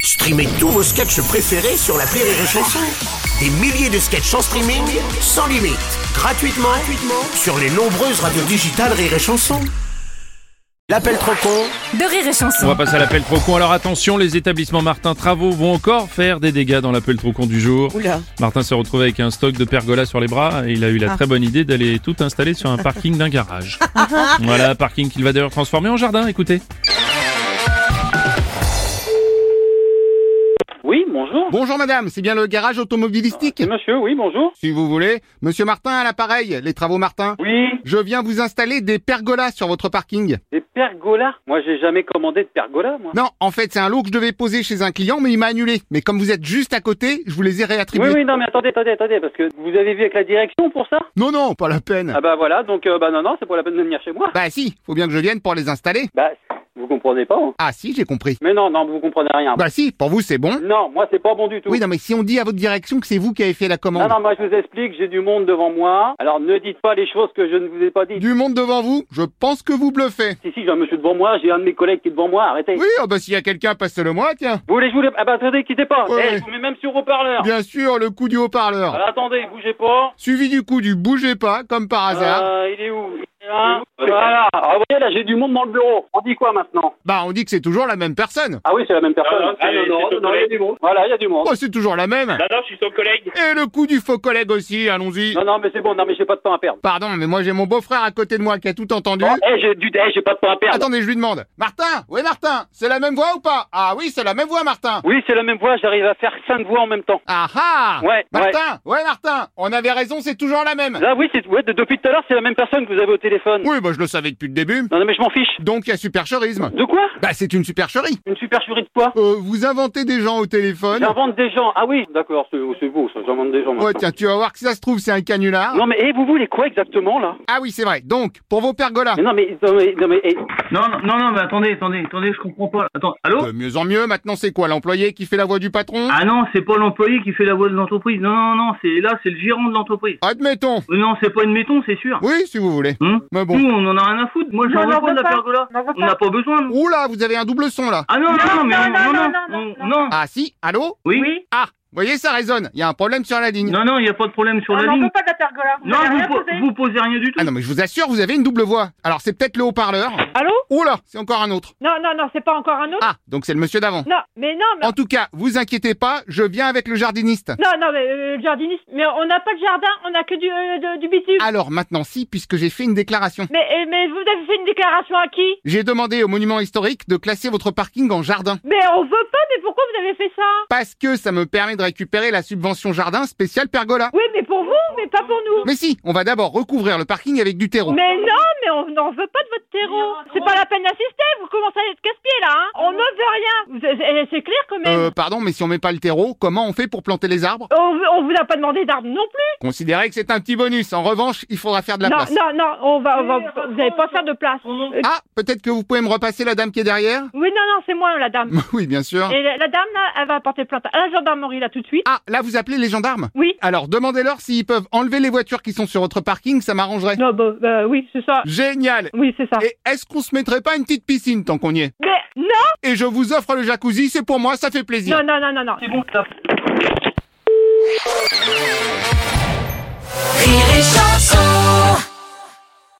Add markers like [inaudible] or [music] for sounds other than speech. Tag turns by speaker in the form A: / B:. A: Streamez tous vos sketchs préférés sur la Rire et Chanson. Des milliers de sketchs en streaming, sans limite, gratuitement, gratuitement sur les nombreuses radios digitales Rire et Chanson. L'appel trop con
B: de rire et
C: On va
B: chanson.
C: passer à l'appel trop con. Alors attention, les établissements Martin Travaux vont encore faire des dégâts dans l'appel trop con du jour.
D: Oula.
C: Martin s'est retrouvé avec un stock de pergolas sur les bras et il a eu la très bonne idée d'aller tout installer sur un parking d'un garage. voilà, parking qu'il va d'ailleurs transformer en jardin, écoutez.
E: Oui, bonjour.
F: Bonjour madame, c'est bien le garage automobilistique
E: C'est Monsieur, oui, bonjour.
F: Si vous voulez, monsieur Martin à l'appareil, les travaux Martin.
E: Oui,
F: Je viens vous installer des pergolas sur votre parking.
E: des pergolas. Moi, j'ai jamais commandé de pergolas, moi.
F: Non, en fait, c'est un lot que je devais poser chez un client, mais il m'a annulé. Mais comme vous êtes juste à côté, je vous les ai
E: Oui,
F: réattribués.
E: oui, non, mais attendez, attendez, attendez, parce que vous avez vu avec la direction pour ça
F: Non, non, pas la peine.
E: Ah bah voilà, donc, euh, bah non, non, c'est pas la peine de venir chez moi.
F: Bah si, faut bien que je vienne pour les installer.
E: Bah, vous comprenez pas, hein
F: Ah si, j'ai compris.
E: Mais non, non, vous comprenez rien.
F: Bah si, pour vous c'est bon.
E: Non, moi, c'est pas bon du tout.
F: Oui, non, mais si on dit à votre direction que c'est vous qui avez fait la
E: non,
F: commande.
E: non, moi, je vous explique, j'ai du monde devant moi. Alors, ne dites pas les choses que je ne vous ai pas dites.
F: Du monde devant vous, je pense que vous bluffez.
E: Si, si, j'ai un monsieur devant moi, j'ai un de mes collègues qui est devant moi, arrêtez.
F: Oui, oh bah s'il y a quelqu'un, passez-le moi, tiens.
E: Vous voulez, je vous le- Ah bah attendez, quittez pas.
F: Ouais,
E: Eh,
F: ouais.
E: je vous mets même sur haut-parleur.
F: Bien sûr, le coup du haut-parleur.
E: Alors, attendez, bougez pas.
F: Suivi du coup du bougez pas, comme par hasard.
G: Ah.
E: Euh, il est où Il est là. Voilà. Ah, vous voyez, là, j'ai du monde dans le bureau. On dit quoi maintenant
F: Bah, on dit que c'est toujours la même personne.
E: Ah oui, c'est la même personne.
G: non,
E: ah,
G: c'est- c'est ton
E: non, il y a du monde. Voilà, il y a du monde.
F: Oh, c'est toujours la même.
G: Bah Non, non, je suis son collègue.
F: Et le coup du faux collègue aussi, allons-y.
E: Non, non, mais c'est bon. Non, mais j'ai pas de temps à perdre.
F: Pardon, mais moi j'ai mon beau-frère à côté de moi qui a tout entendu.
E: Oh, eh, j'ai du... eh, j'ai pas de temps à perdre.
F: Attendez, je lui demande. Martin Oui, Martin C'est la même voix ou pas Ah oui, c'est la même voix, Martin
E: Oui, c'est la même voix. J'arrive à faire cinq voix en même temps.
F: Ah ah
E: Ouais,
F: Martin ouais. Martin On avait raison, c'est toujours la même
E: Là, oui, c'est ouais, de- depuis tout à l'heure, c'est la même personne que vous avez au téléphone.
F: Oui, bah je le savais depuis le début.
E: Non, non, mais je m'en fiche.
F: Donc il y a supercherisme.
E: De quoi
F: Bah, c'est une supercherie.
E: Une supercherie de quoi
F: Euh, vous inventez des gens au téléphone.
E: J'invente des gens. Ah oui, d'accord, c'est c'est beau. Ça, j'invente des gens.
F: Ouais,
E: maintenant.
F: tiens, tu vas voir que si ça se trouve, c'est un canular.
E: Non, mais eh, vous voulez quoi exactement là
F: Ah oui, c'est vrai. Donc, pour vos pergolas.
E: mais non, mais non, mais, non, mais eh,
G: Non, non, non, non, mais attendez, attendez, attendez, je comprends pas. Attends, allô
F: De mieux en mieux, maintenant c'est quoi L'employé qui fait la voix du patron
G: Ah non, c'est pas l'employé qui fait la voix de l'entreprise. Non, non, non, c'est là, c'est le gérant de l'entreprise.
F: Admettons.
G: Euh, Non, c'est pas une méton, c'est sûr.
F: Oui, si vous voulez.
G: Hum
F: Mais
G: Nous,
F: bon.
G: on en a rien à foutre. Moi, j'en veux pas de la pergola. On n'a pas besoin. nous.
F: Oula, vous avez un double son là.
G: Ah non, non, non, mais non, non, non, non, non.
F: Ah si, allô
G: Oui
F: Ah, voyez, ça résonne. Il y a un problème sur la ligne.
G: Non, non, il y a pas de problème sur la ligne.
H: pas de la pergola.
G: Non, vous, po- vous posez rien du tout.
F: Ah non, mais je vous assure, vous avez une double voix. Alors c'est peut-être le haut-parleur.
H: Allô
F: Oula, c'est encore un autre.
H: Non, non, non, c'est pas encore un autre.
F: Ah, donc c'est le monsieur d'avant.
H: Non, mais non, mais...
F: En tout cas, vous inquiétez pas, je viens avec le jardiniste.
H: Non, non, mais euh, le jardiniste, mais on n'a pas de jardin, on a que du, euh, de- du bitume.
F: Alors maintenant si, puisque j'ai fait une déclaration.
H: Mais, euh, mais vous avez fait une déclaration à qui
F: J'ai demandé au monument historique de classer votre parking en jardin.
H: Mais on veut pas, mais pourquoi vous avez fait ça
F: Parce que ça me permet de récupérer la subvention jardin spéciale pergola.
H: Oui, mais pour vous, mais pas pour nous.
F: Mais si, on va d'abord recouvrir le parking avec du terreau.
H: Mais non, mais on n'en veut pas de votre terreau. C'est pas la peine d'assister, vous commencez à être casse-pied là, hein.
G: Ah
H: On ne veut rien. Vous- c'est- C'est clair quand même.
F: Euh, pardon, mais si on met pas le terreau, comment on fait pour planter les arbres
H: On, on vous a pas demandé d'arbre non plus.
F: Considérez que c'est un petit bonus. En revanche, il faudra faire de la
H: non,
F: place.
H: non, non, on va, on va, vous n'allez pas faire de place. Euh,
F: Ah, peut-être que vous pouvez me repasser la dame qui est derrière [laughs]
H: oui, non, non, c'est moi la dame.
F: Oui, bien sûr.
H: Et la, la dame, là, elle va porter plainte à la gendarmerie, là, tout de suite.
F: Ah, là, vous appelez les gendarmes
H: Oui.
F: Alors, demandez-leur s'ils peuvent enlever les voitures qui sont sur votre parking, ça m'arrangerait.
H: Non, bah, bah, oui, c'est ça.
F: Génial
H: Oui, c'est ça.
F: Ah. Et est-ce qu'on se mettrait pas une petite piscine tant qu'on y est
H: Mais non,
F: Et je vous offre le jacuzzi, c'est pour moi, ça fait plaisir.
H: non, non, non, non, non.
G: C'est bon, ça.
B: Rire et chanson.